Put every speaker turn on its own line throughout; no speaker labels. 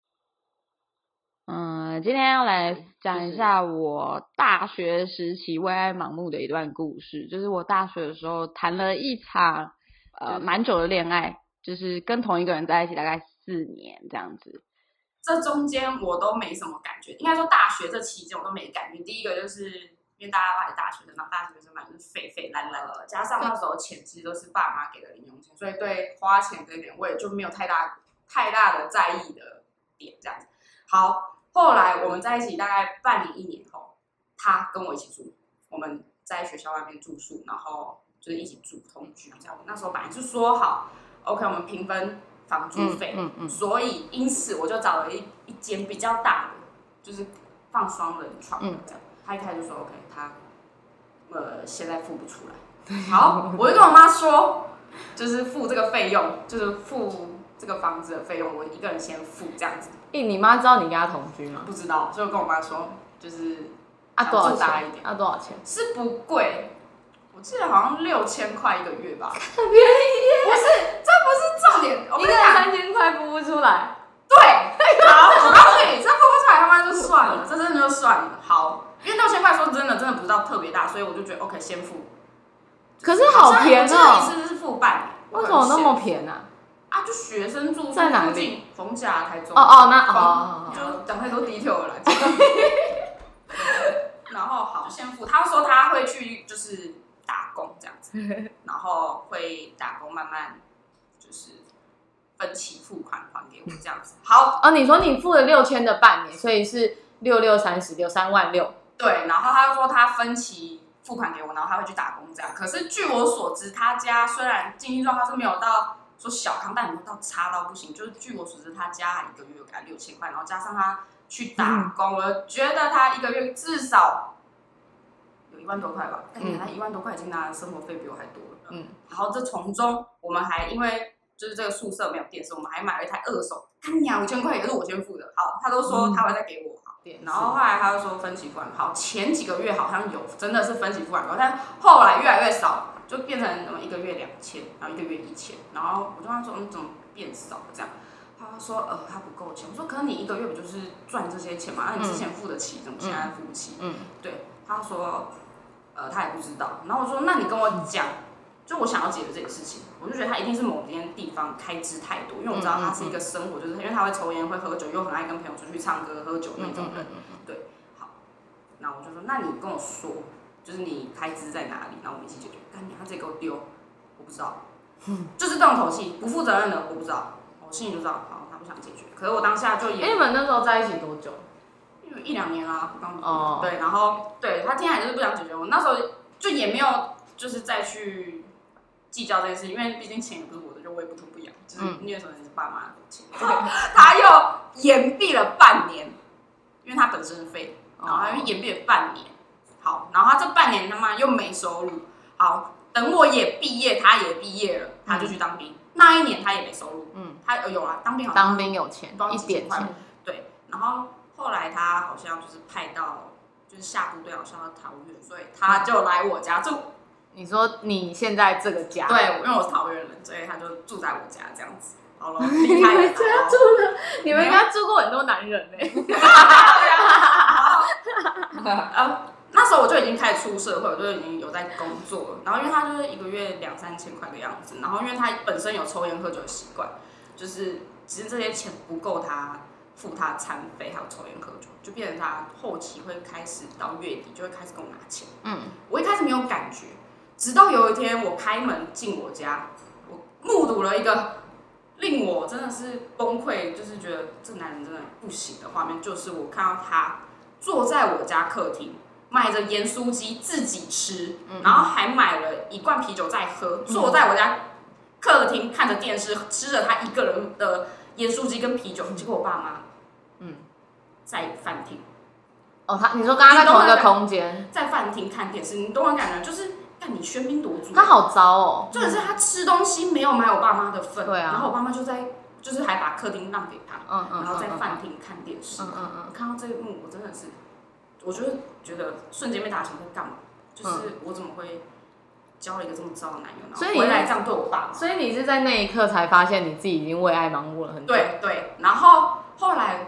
们嗯今天要来讲一下我大学时期为爱盲目的一段故事，就是我大学的时候谈了一场呃蛮久的恋爱，就是跟同一个人在一起大概四年这样子。
这中间我都没什么感觉，应该说大学这期间我都没感觉。第一个就是因为大家都是大学生，然后大学生嘛就是废废烂烂的，加上那时候钱其实都是爸妈给的零用钱，所以对花钱这一点我也就没有太大太大的在意的点这样子。好，后来我们在一起大概半年一年后，他跟我一起住，我们在学校外面住宿，然后就是一起住同居这样。我那时候本来就说好，OK，我们平分房租费，
嗯嗯嗯
所以因此我就找了一一间比较大的，就是放双人床的
嗯
这样。他一开始就说 OK，他呃现在付不出 来，好，我就跟我妈说，就是付这个费用，就是付这个房子的费用，我一个人先付这样子。
咦，哎你妈知道你跟她同居吗？
不知道，所以我跟我妈说，就是
啊，
想
多少
住大一
钱？
点
啊，多少 钱？
是不贵，我记得好像六千块一个月 吧。
很便宜，
不是，这不是重点，我
一个
跟你
人
讲，
三千块付不出来。
对，好，我告诉你，这付不出来他妈就算了，这真的就算了。好，因为六千块说真的真的不知道特别大，所以我就觉得 OK 先付。
可是好便宜
好像
哦，
我记得一次是付半年，
为什么那么
宜？
便宜啊？
啊，就学生住宿
在哪里
附近？逢甲、台中。
哦哦，那哦
逢
哦，哦
就讲 太多 detail 了啦。真的然后好，就先付。他说他会去就是打工这样 子，然后会打工慢慢就是分期付款还给我这样子。好，
哦，你说你付了六千的半年，所以是六六三十六，三万六。
对，然后他又说他分期付款给我，然后他会去打工这样。可是据我所知，他家虽然经济状况是没有到说小康，但也没有到差到不行。就是据我所知，他家一个月有给他六千块，然后加上他去打工，我觉得他一个月至少有一万多块吧。但
嗯
他一万多块已经拿生活费比我还多了。
嗯，
然后这从中我们还因为。就是这个宿舍没有电视，我们还买了一台二手，他娘五千块也是我先付的。好，他都说他会再给我，好，然后后来他就说分期付款好，前几个月好像有真的是分期付款高，但后来越来越少，就变成什么一个月两千，然后一个月一千，然后我就问他说嗯怎么变少了这样，他说呃他不够钱，我说可是你一个月不就是赚这些钱嘛，那你之前付得起，怎么现在付不起？
嗯，
对，他说呃他也不知道，然后我说那你跟我讲。就我想要解决这件事情，我就觉得他一定是某间地方开支太多，因为我知道他是一个生活，就是因为他会抽烟、会喝酒，又很爱跟朋友出去唱歌、喝酒那种人。然后我就说，那你跟我说，就是你开支在哪里，然后我们一起解决。干你他直接给我丢，我不知道，就是这种口气，不负责任的，我不知道。我心里就知道，好，他不想解决。可是我当下就
哎，你
也
们那时候在一起多久？
因为一两年啦，刚
哦
对，然后对他听起来就是不想解决。我那时候就也没有就是再去计较这件事，因为毕竟钱也不是我的，就我也不痛不痒，就是
嗯
虐手也是爸妈的钱。他又延毕了半年，因为他本身是废，然后他又延毕了半年。好，然后他这半年他妈又没收入。好，等我也毕业，他也毕业了，他就去当兵。那一年他也没收入，
嗯
嗯，他呃有啦，当兵好像
当兵有钱
不知道，
一
几千
点
块
钱。
对，然后后来他好像就是派到就是下部队，好像到桃园，所以他就来我家住。
你说你现在这个家，
对，因为我是桃园人，所以他就住在我家这样子。好了，离开了他咯。
了，你们应该住过很多男人嘞。
呃， 那时候我就已经开始出社会，我就已经有在工作了。然后因为他就是一个月两三千块的样子，然后因为他本身有抽烟喝酒的习惯，就是只是这些钱不够他付他餐费还有抽烟喝酒，就变成他后期会开始到月底就会开始跟我拿钱。
嗯，
我一开始没有感觉，直到有一天我开门进我家，我目睹了一个令我真的是崩溃，就是觉得这男人真的不行的画面，就是我看到他坐在我家客厅。买着盐酥鸡自己吃，然后还买了一罐啤酒再喝，坐在我家客厅看着电视，吃着他一个人的盐酥鸡跟啤酒。结果我爸妈，
嗯
嗯，在饭厅。
哦，他你说跟他在同一个空间，
在饭厅看电视，你懂我感觉就是，但你喧宾夺主。
他，好糟哦。
重点是他吃东西没有买我爸妈的份，
对啊
然后我爸妈就在，就是还把客厅让给他，
嗯嗯，
然后在
嗯，
饭厅看电视。
嗯嗯嗯，
我看到这一幕，我真的是，我就觉得瞬间被打醒，在干嘛？就是我怎么会交了一个这么糟的男友，然
嗯所以
后
你
回来这样对我爸妈？
所以你是在那一嗯刻才发现你自己已经为爱盲目了很久。，
对对，然后后来，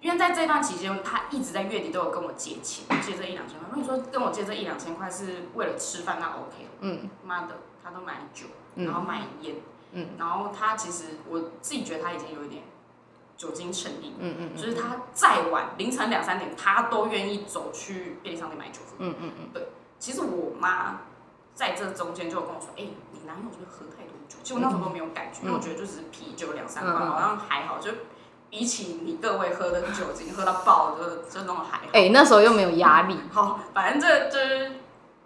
因为在这段期间，他一直在月底都有跟我借钱，借这一两千块。那你说跟我借这一两千块是为了吃饭，那 OK。
嗯
妈的，他都买酒，
嗯
然后买烟，
嗯
然后他其实我自己觉得他已经有一点酒精成瘾，
嗯嗯嗯
就是他再晚凌晨两三点，他都愿意走去便利商店买酒喝。
嗯嗯嗯，
其实我妈在这中间就有跟我说，哎、你男友是不是喝太多酒？其实我那时候都没有感觉，因为我觉得就只是啤酒两三
嗯
罐，
嗯嗯
好像还好，就比起你各位喝的酒精喝到爆，就就那种还好。
哎、那时候又没有压力，
好，反正这就是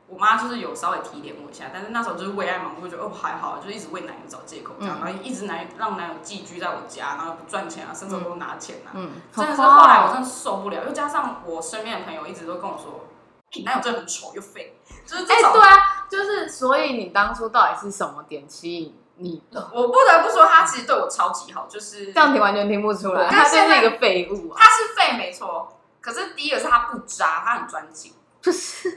我妈就是有稍微提点我一下，但是那时候就是为爱忙，我就觉得哦还好，就是一直为男友找借口这样，
嗯
然后一直男让男友寄居在我家，然后不赚钱啊，甚至我给我拿钱啊，
嗯，
真的是
好吧
后来我真的受不了，又加上我身边的朋友一直都跟我说，你男友真的很丑又废，就是
哎、
这种。
对啊，就是所以你当初到底是什么点吸引你的？
我不得不说，他其实对我超级好，就是
这样你完全听不出来，
我
他就
现
是
在
一个废物啊！
他是废没错，可是第一个是他不渣，他很专情，
不是，哎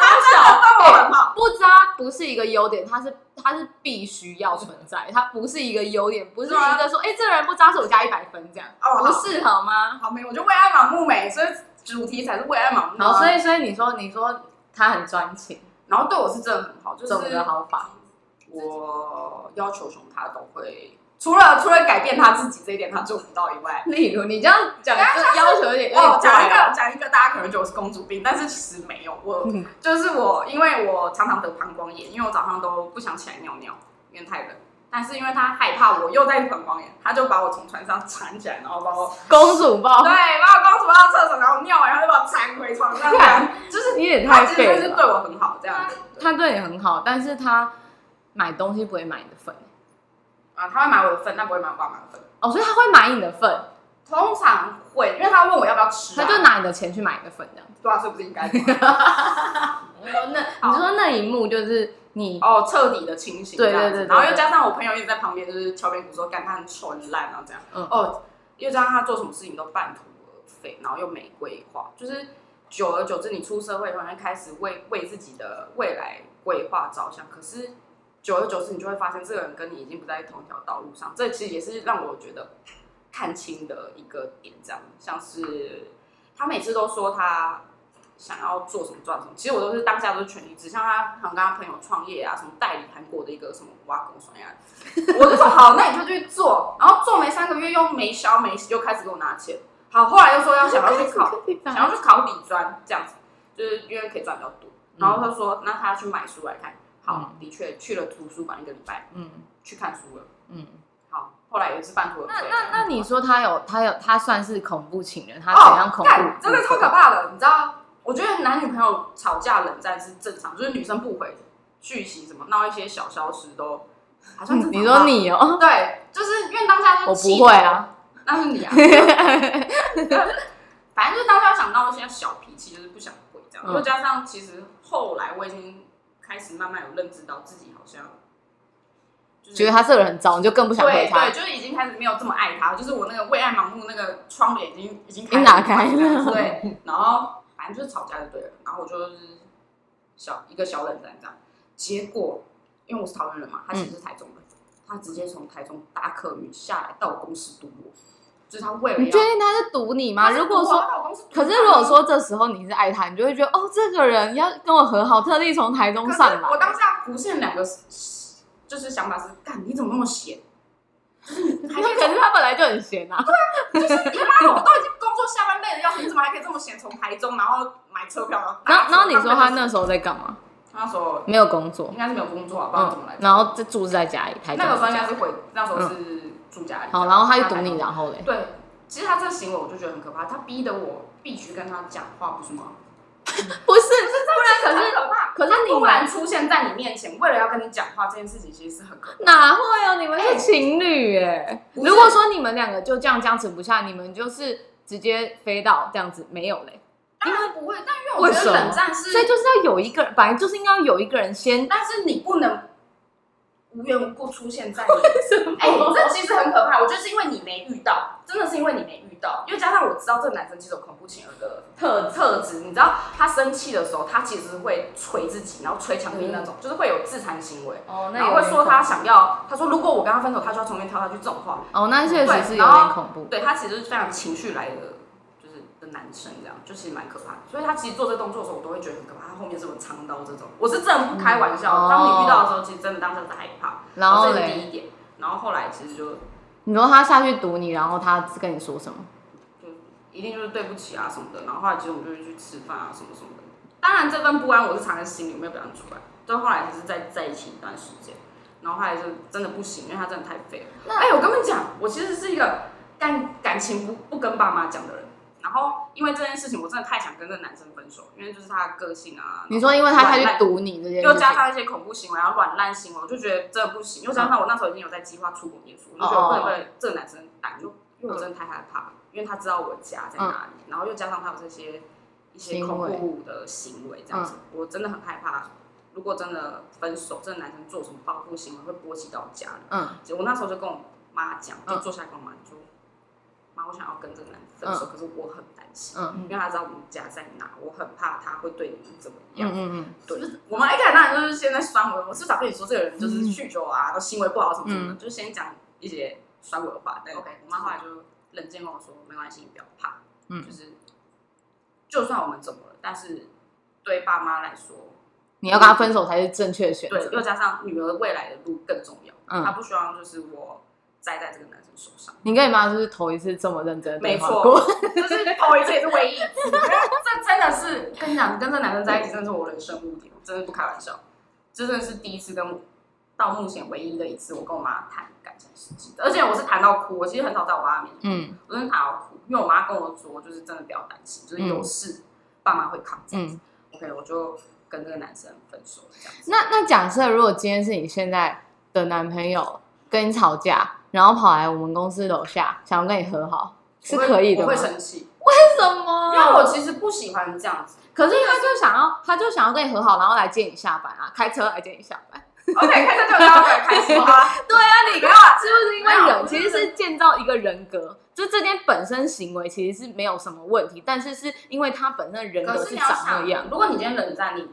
他真的对我很好。
不渣不是一个优点，它是它是必须要存在，它不是一个优点，不是
对啊
一个说，哎、这个人不渣，所以我加一百分这样，
哦，
不
好
是好吗？
好没，我就为爱盲目美，所以主题才是为爱盲目啊。
好，所以所以你说你说他很专情，
然后对我是真的很好，就
怎么个
是
好法？
我要求什么他都会，除了除了改变他自己这一点他做不到以外。
例如你这样讲，
等一下
这要求有点有
哦
点，
讲一
怪
个
啊。
讲一个，大家可能觉得我是公主病，但是其实没有。我、
嗯
就是我，因为我常常得膀胱炎，因为我早上都不想起来尿尿，因为太冷。但是因为他害怕我又在膀胱炎，他就把我从船上 缠起来，然后把我、
公主抱
对，，把我公主抱到厕所，然后尿完，然后就把我缠回床上。
看
就是
你也
他
太
其实就
废
是
了
对
吧。
我很好这样子。
他对啊你很好，但是他买东西不会买你的份
啊，他会买我的份，但不会买我爸妈的份。
哦，所以他会买你的份，
通常会，因为他问我要不要吃、
他
啊，
就拿你的钱去买你的份这样。
对啊，是不是应该？
你说那你说那一幕就是你
哦，彻底的清醒，
对
这样子
对对对
然后又加上我朋友一直在旁边，就是敲边鼓说干他很丑很烂，然后这样，
嗯
哦，又加上他做什么事情都半途而废，然后又玫瑰化，就是久而久之，你出社会，然后开始为为自己的未来规划着想，可是久而久之，你就会发现这个人跟你已经不在同一条道路上，这其实也是让我觉得看清的一个点，这样，像是他每次都说他想要做什么赚什么，其实我都是当下都是全力支持，像他好像跟他朋友创业啊，什么代理韩国的一个什么挖工双呀，我就说好，那你就去做，然后做没三个月又没消没息，又开始给我拿钱，好，后来又说要想要去 考，想要去考理专这样子，就是因为可以赚比较多，
嗯
然后他说那他去买书来看，好，的确去了图书馆一个礼拜
嗯
去看书了，
嗯，
好，后来也是半途而废
那那那你说他有他有他算是恐怖情人，他
哦，
啊怎样恐
干
怖？嗯
真的超可怕的，你知道？我觉得男女朋友吵架冷战是正常，就是女生不回讯息什么闹一些小消失都好像正常吧
你说你哦，
对，就是因为当下就
我
气
不会啊，
头，那是你啊，反正就是当下想到一些小脾气，就是不想回这样。
嗯
又加上其实后来我已经开始慢慢有认知到自己好像就是
觉得他这个人很糟，你就更不想回
对
他
对，。就是已经开始没有这么爱他，就是我那个为爱盲目那个窗帘已经已经
已经打开了
对，然后反正就是吵架就对了，然后我就是嗯小一个小冷战这样，结果因为我是桃园人嘛，他其实是台中人，他直接从台中搭客运下来到我公司堵我，就是他为了
你确
要。
定他啊是赌你吗？
他是
如果
堵我
说
他到我公司堵我
可是如果说这时候你是爱他，你就会觉得哦，这个人要跟我和好，特地从台中
可是
上来。
我当下不是两个，就是想法是，干你怎么那么闲？就是你还可以
那可是他本来就很闲啊，
你妈的，我都已经工作下班累的要死，你怎么还可以这么闲？从台中然后买车票，然后
然后然后你说他
那
那时候在干嘛？
那时候
没有工作
应，该是没有工作啊，不知道怎么
嗯
来，。
然后就住在家里，台中
那个时候
的
应
家
该
里。
是回，那时候是住家里。
嗯好，然后他就堵你，然后嘞，
对，其实他这个行为我就觉得很可怕，他逼得我必须跟他讲话，不是吗？
不是，
不
然可是
可怕。
可是
他
你
突
们
然出现在你面前，为了要跟你讲话，这件事情其实是很可怕。
哪会哦？你们是情侣哎！
不是
如果说你们两个就这样僵持不下，你们就是直接飞到这样子，没有嘞。
当然不会，但因为我觉
为什
得
么
冷战是
所以就是要有一个人，本来就是应该要有一个人先
但是你不能无缘无故出现在 你，哎、这其实很可怕。我觉得是因为你没遇到，真的是因为你没遇到，因为加上我知道这个男生其实有恐怖情人的特特质，你知道他生气的时候，他其实会捶自己，然后捶墙壁那
嗯
种，就是会有自残行为。
哦，
然后会说他想要，他说如果我跟他分手，他就要从面跳下去这种话，
哦，那确实
对
是有
然
点
后
恐怖。
对他其实是非常情绪来的，就是的男生这样，就其实蛮可怕的。所以他其实做这动作的时候，我都会觉得很可怕。他后面是有长刀这种，我是真的不开玩笑。
嗯
当你遇到的时候，其实真的当下是害怕。
然后
这是第
嘞，
一点，然后后来其实就
你说他下去堵你，然后他跟你说什么？
一定就是对不起啊什么的，然后后来其实我们就去吃饭啊什么什么的。当然这份不安我是藏在心里，我没有表现出来。但后来还是在在一起一段时间，然后后来就真的不行，因为他真的太废了。哎、我跟你讲，我其实是一个感感情不不跟爸妈讲的人。然后因为这件事情，我真的太想跟这个男生分手，因为就是他的个性啊。
你说因为他下去
然后
堵你这件
又
事
加
情，
上一些恐怖行为，然后软烂行为，我就觉得这不行。又
嗯
加上我那时候已经有在计划出国念书，我
哦
就觉得我不能被这个男生打，就因为
嗯
我真的太害怕，因为他知道我家在哪里，然后又加上他有这些一些恐怖的行为，这样子，
嗯
我真的很害怕。如果真的分手，这个男生做什么报复行为会波及到我家人。
嗯，
结果我那时候就跟我妈讲，就坐下来跟我妈说：“妈，我想要跟这个男生分手，可是我很担心，
嗯
因为他知道我们家在哪，我很怕他会对你怎么样。”
嗯嗯嗯，
对，就是我们一开始当然就是先在酸我，我是早跟你说这个人就是酗酒啊，然后行为不好什么什么的，就是先讲一些酸我的话。但
OK
我妈后来就冷静跟我说，没关系，你不要怕，
嗯
就是就算我们怎么了，但是对爸妈来说，
你要跟他分手才是正确的选
对，
择。
又加上女儿未来的路更重要，
嗯
她不希望就是我栽在这个男生手上。
你跟你妈就是头一次这么认真的
没
对话
错
过，，
就是头一次也是唯一一次， 这真的是跟你讲，跟这男生在一起，真的是我人生污点，真的不开玩笑，这真的是第一次跟到目前唯一的一次，我跟我妈谈感情事情，而且我是谈到哭，我其实很少在我妈面前，
嗯
我真的谈到哭，因为我妈跟我说，就是真的不要担心，就是有事、爸妈会扛这样子、
嗯。
OK，我就跟这个男生分手了这样子，
那那假设如果今天是你现在的男朋友跟你吵架，然后跑来我们公司楼下想要跟你和好，是
我会
可以的
我
吗？
会
为
生气，
什
因
么
为我其实不喜欢这样 子。
可是他就想要，他就想要跟你和好，然后来接你下班啊，开车来接你下班。
OK，开车就到这，开心吗？
对啊，你
不
看
要啊
是不是因为
没有
人其实是建造一个人格？就这件本身行为其实是没有什么问题，但是是因为他本身的人
可
格
是你要
长
想
那样。
如果你今天冷战，你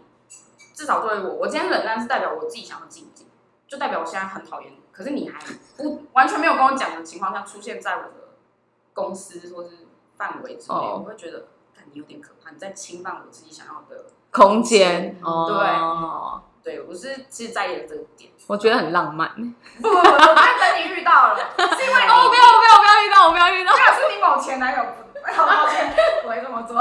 至少对我，我今天冷战是代表我自己想要静静，就代表我现在很讨厌你。可是你还不完全没有跟我讲的情况下出现在我的公司或是范围之内，
哦
我会觉得，看你有点可怕，你在侵犯我自己想要的。
空间哦
哦，对我是其实在意的这个点，
我觉得很浪漫。
不不不，我在等你遇到了，是因为你
哦哦，我不要，我不要，我不要遇到，我不要遇到。
没有是你某前男友不，好抱歉，我会这么做。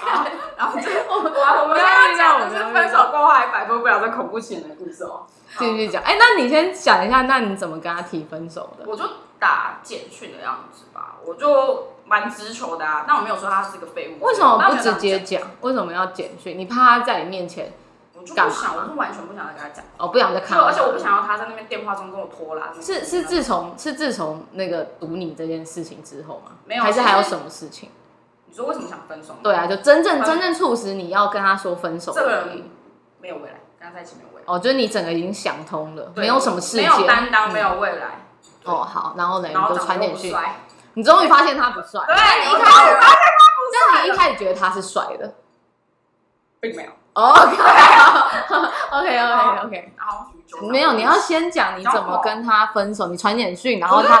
好然后这我我我们要讲的是分手过后还摆脱不了这恐怖情人的故事哦。
继续讲，哎、那你先讲一下，那你怎么跟他提分手的？
我就打简讯的样子吧，我就蛮直球的啊，但我没有说他是个废物。
为什么
但我没
不
有这
直
样
接讲？为什么要简讯？你怕他在你面前
讲？我就
干
不
嘛
想，我是完全不想再跟他讲。
哦，不想再看
就
到他。
而且我不想要他在那边电话中跟我拖拉。
是是自从是自从那个堵你这件事情之后吗？
没有
还是
是
还有什么事情？
你说为什么想分手吗？
对啊，就真正
嗯
真正促使你要跟他说分手
这
的
个
原
人
因
没有未来，跟他在一起没有未来，
哦，就是你整个已经想通了，
对
没有什么事
没
件，
有担当，
嗯
没有未来，
哦，好，然后呢，你
然后
就
长
传
得又
简
不
讯，
帅。
你终于发现他不帅，
对，
但你一
我
开
看
始
我，发现
但你一开始觉得他是帅的。
并没有。
哦 OK
啊
OK OK OK，
然后许久
没有，你要先讲你怎么跟他分手，你传简讯，然后他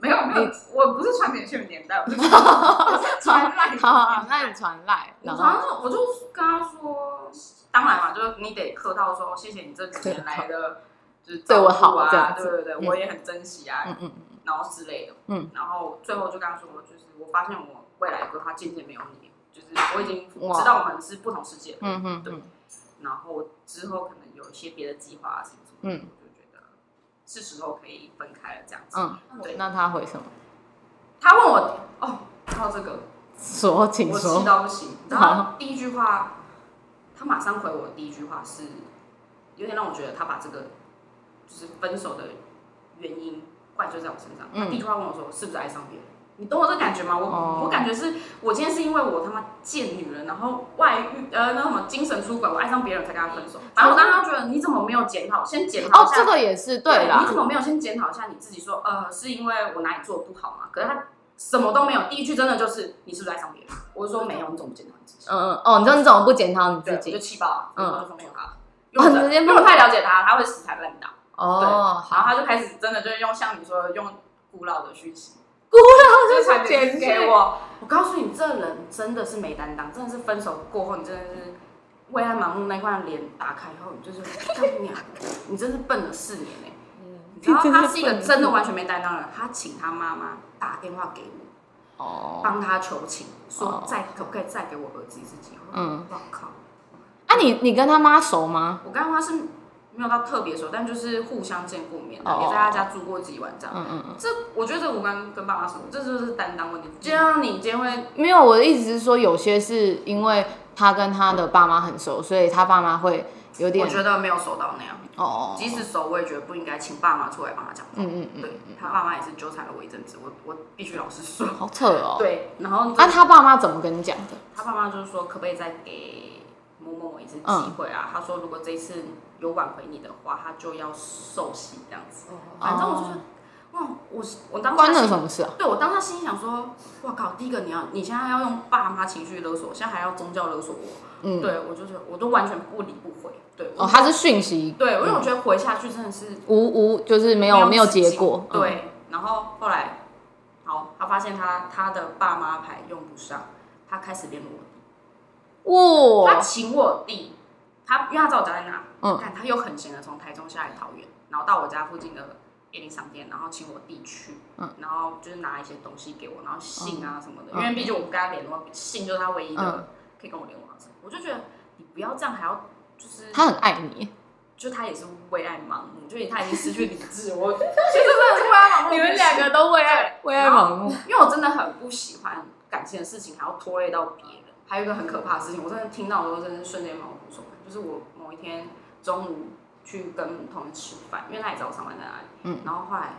没有没有，我不是传简讯的年 代，我是
传
传赖
好好好，那你传赖，
我
然
好
后
像就我就跟他说，当然嘛，就是你得客套说，哦谢谢你这几年来 的，就是照顾
对我好这
啊，
样子
对对对，
嗯
我也很珍惜啊，
嗯嗯
然后之类的，
嗯，
然后最后就跟他说，就是我发现我未来的规划渐渐没有你，就是我已经
哇
知道我们是不同世界，
嗯嗯
对
嗯，
然后之后可能有一些别的计划啊什么什么，
嗯，
就觉得是时候可以分开了这样子，
嗯，
对，
那他回什么？
他问我哦，到这个
说，请
我
说
气。到不行。然后第一句话，他马上回我的第一句话是，有点让我觉得他把这个就是分手的原因怪罪在我身上。
嗯
他第一句话问我说是不是爱上别人？你懂我这感觉吗？我、
哦
我感觉是我今天是因为我他妈贱女人，然后外遇呃那什么精神出轨，我爱上别人才跟他分手。然后我让他觉得你怎么没有检讨，先检讨一
哦，
下
这个也是对
你
啦
怎，么没有先检讨一下你自己说呃是因为我哪里做的不好嘛？可是他什么都没有，第一句真的就是你是不是爱上别人？我就说没有，你怎么不检讨你自己？
嗯嗯，哦，你说你怎么不检讨你
对，
自
我就
己？
气爆了，
嗯
然后就封锁他。因
哦
为我
直接
因为我太了解他，他会死缠烂打，
哦，
然后
好，
他就开始真的就是用像你说的用古老的讯息，
就
就是传简
简讯
给我。我告诉你，这人真的是没担当，真的是分手过后，你真的是为爱盲目那块脸打开后，你就是干你啊！你真是笨了四年 哎、你知道他是一个真的完全没担当的人，他请他妈妈打电话给我，
哦，
帮他求情，说
哦
再可不可以再给我儿子一次机会？
嗯，
我靠！
啊，你你跟他妈熟吗？
我跟他是没有到特别熟，但就是互相见过面，啊
哦
也在他家住过几晚这样。
嗯嗯嗯，
这我觉得这无关跟爸妈什么，这就是担当问题。就像你今天会
没有，我的意思是说，有些是因为他跟他的爸妈很熟，所以他爸妈会有点
我觉得没有熟到那样，
哦，
即使熟，我也觉得不应该请爸妈出来帮他讲话。
嗯嗯嗯
对他爸妈也是纠缠了我一阵子，我我必须老实 说。
好扯哦。，
对，然后就
那、他爸妈怎么跟你讲的？
他爸妈就是说，可不可以再给某某某一次
嗯
机会啊？他说，如果这一次有挽回你的话，他就要受洗这样子。反正我就是，哇，我我当下
哦关
心
了什么事啊？
对我当下心里想说，哇靠！第一个你要，你现在要用爸妈情绪勒索，现在还要宗教勒索我，
嗯，
对我就是，我都完全不理不回。对，我
哦，嗯他是讯息
对，因为我觉得回下去真的是
无无，就是没有没有结果。嗯，
对，然后后来，好，他发现他他的爸妈牌用不上，他开始联络我
哇、
他请我弟，他因为他知道我家在哪，
嗯
但他又很闲的从台中下来桃园，然后到我家附近的便利商店，然后请我弟去，
嗯
然后就是拿一些东西给我，然后信啊什么的，
嗯
因为毕竟我不跟他联络，信就是他唯一的、
嗯
可以跟我联络的方式，我就觉得你不要这样，还要就是
他很爱你，
就他也是为爱盲目，就是他已经失去理智， 我其实真的是为爱盲目，
个都为
爱
为爱盲目。
因为我真的很不喜欢感情的事情还要拖累到别人。还有一个很可怕的事情，我真的听到的时候，真的是瞬间毛骨悚然。就是我某一天中午去跟同事吃饭，因为他也知道我上班在哪里，
嗯
然后后来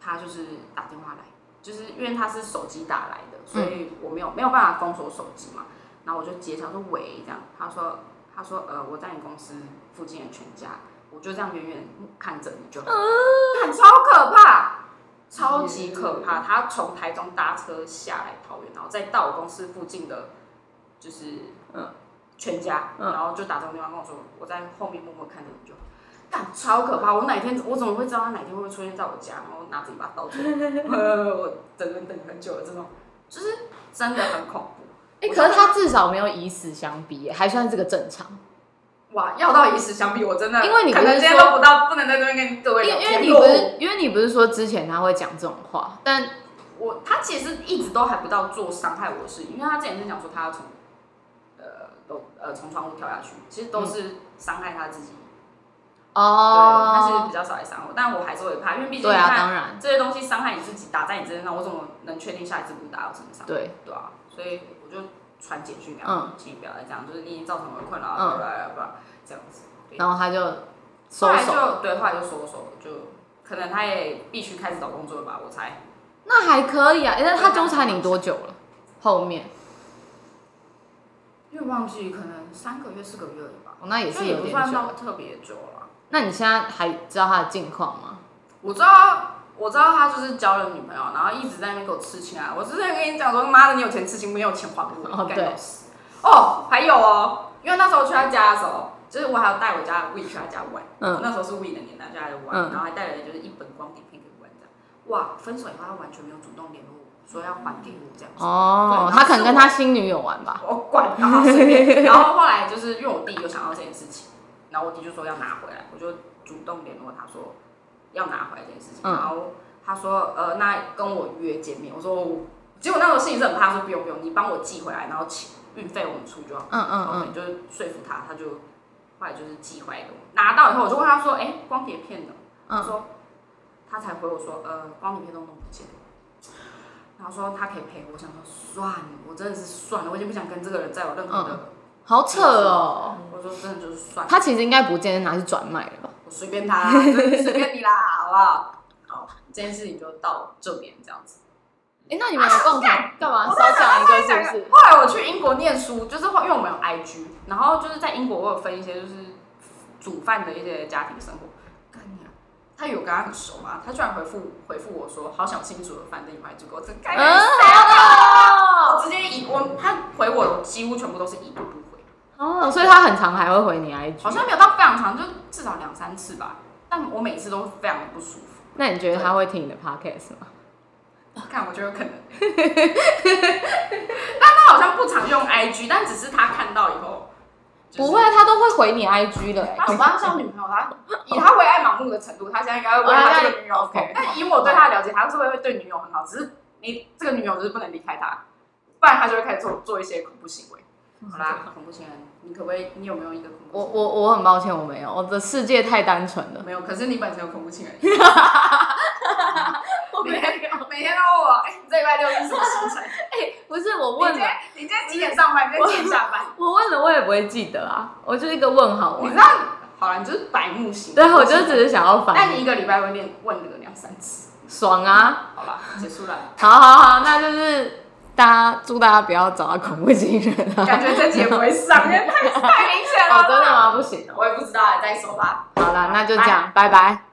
他就是打电话来，就是因为他是手机打来的，所以我没有没有办法封锁手机嘛，然后我就接他说喂这样，他说他说呃我在你公司附近的全家，我就这样远远看着你就
啊
好，看、超可怕。超级可怕！他从台中搭车下来桃园，然后再到我公司附近的，就是
嗯
全家，
嗯
然后就打这个电话跟我说，我在后面默默看着你就好。干超可怕！我哪天我怎么会知道他哪天会出现在我家？然后拿着一把刀出来， 呃，我等人等很久了，这种就是真的很恐怖。
哎、可是他至少没有以死相逼耶，还算是个正常。
哇，要到以死相逼，我真的
因为你不
可
是
能今天
说
都不到，不能在这边跟各位
因
聊
为因
天
为你
落
不
伍
是因为你不是说之前他会讲这种话，但
我他其实一直都还不到做伤害我的事情，因为他之前是讲说他要从呃楼呃从窗户跳下去，其实都是伤害他自己。对，他是
哦，
比较少来伤我，但我还是会怕，因为毕竟
对
你
啊，
看、
当然
这些东西伤害你自己，打在你身上，我怎么能确定下一次不是打到我身上？
对，
对啊，所以我就传简讯给
嗯
他，请你不要再这样，就是你已经造成我的困扰，
嗯
不啦不啦这样子。对
然后他就
后
收
来
手。
就对，后来就收手，就可能他也必须开始找工作了吧，我猜。
那还可以啊，诶那他纠缠你多久了？后面，
因为忘记可能三个月四个月了吧，
哦、那也
所
是
以也
有
不
点
算
久
到
了。
特别久了。
那你现在还知道他的近况吗？
我知道，我知道他就是交了女朋友，然后一直在那边给我刺青啊。我之前跟你讲说，妈的，你有钱刺青，没有钱还给我，
哦
你
对
干老死。哦，还有哦，因为那时候去他家的时候，就是我还有带我家的 We 去他家玩，
嗯
那时候是 We 的年代，去他家玩，
嗯
然后还带了就是一本光碟片给我玩这样。哇，分手以后他完全没有主动联络我，说要还给我这样子。
哦，
对
他可能跟他新女友玩 吧。
我管他，随便。然后后来就是因为我弟有想到这件事情，然后我弟就说要拿回来，我就主动联络他说要拿回来这件事情，
嗯
然后他说呃那跟我约见面，我说我结果那时候心里是很怕，说不用不用，你帮我寄回来，然后请运费我们出就好。
嗯嗯
然后
嗯，
就是说服他，他就后来就是寄回来给我，拿到以后我就问他说，哎、光碟片呢？
嗯
他说他才回我说，呃，光碟片都弄不见了。然后说他可以赔我，我想说算了，我真的是算了，我已经不想跟这个人再有任何的，
好扯哦。
我说真的就是算了，
他其实应该不见得拿去转卖了吧？
我随便他啊啦，就是随便你啦，好不好？好，这件事情就到这边这样子。
哎，那你们有共同
干
干嘛？
我
啊少
在
讲一个
在
是不是？
后来我去英国念书，就是后因为我们有 IG，然后就是在英国我有分一些就是煮饭的一些家庭生活。干你娘他有跟他很熟吗？他居然回复回复我说：“好想清楚的饭店买足够。”这该
嗯
啊我直接已我他回我几乎全部都是已读不回，
哦，所以他很常还会回你 IG。
好像没有到非常长，就至少两三次吧。但我每次都非常的不舒 服。
那你觉得他会听你的 podcast 吗？
看，我觉得有可能。 但他好像不常用 IG，但只是他看到以后，就是
不会，他都会回你 IG 的欸。
他我妈像女朋友，他以他为爱盲目的程度，他现在应该会为哦他这个女友疯
OK
但以我对他的了解，他是会会对女友很好，只是你这个女友就是不能离开他，不然他就会开始做做一些恐怖行为。好啦，恐怖情人，你可不可以？你有没有一个恐怖
我
情人？
我我很抱歉，我没有，我的世界太单纯了。
没有，可是你本身有恐怖情人。
我
每天每天都问我，哎、你这礼拜六是什么行程？
不是我
你
问
今
了，
天你今天几点上班？你今天几点下班？
我问了，我也不会记得啊，我就是一个问号
你
问
知。道，好了，你就是白目型。
对，我就只是想要
那
反
你一个礼拜会练问这个两三次，
爽啊！
好了，结束了。
好好好，那就是大家祝大家不要找到恐怖情人 啊！
感觉这集也不会上，因为太太明显了。
哦，真的吗？不行哦。
我也不知道，再说吧。
好啦，那就这样，拜拜。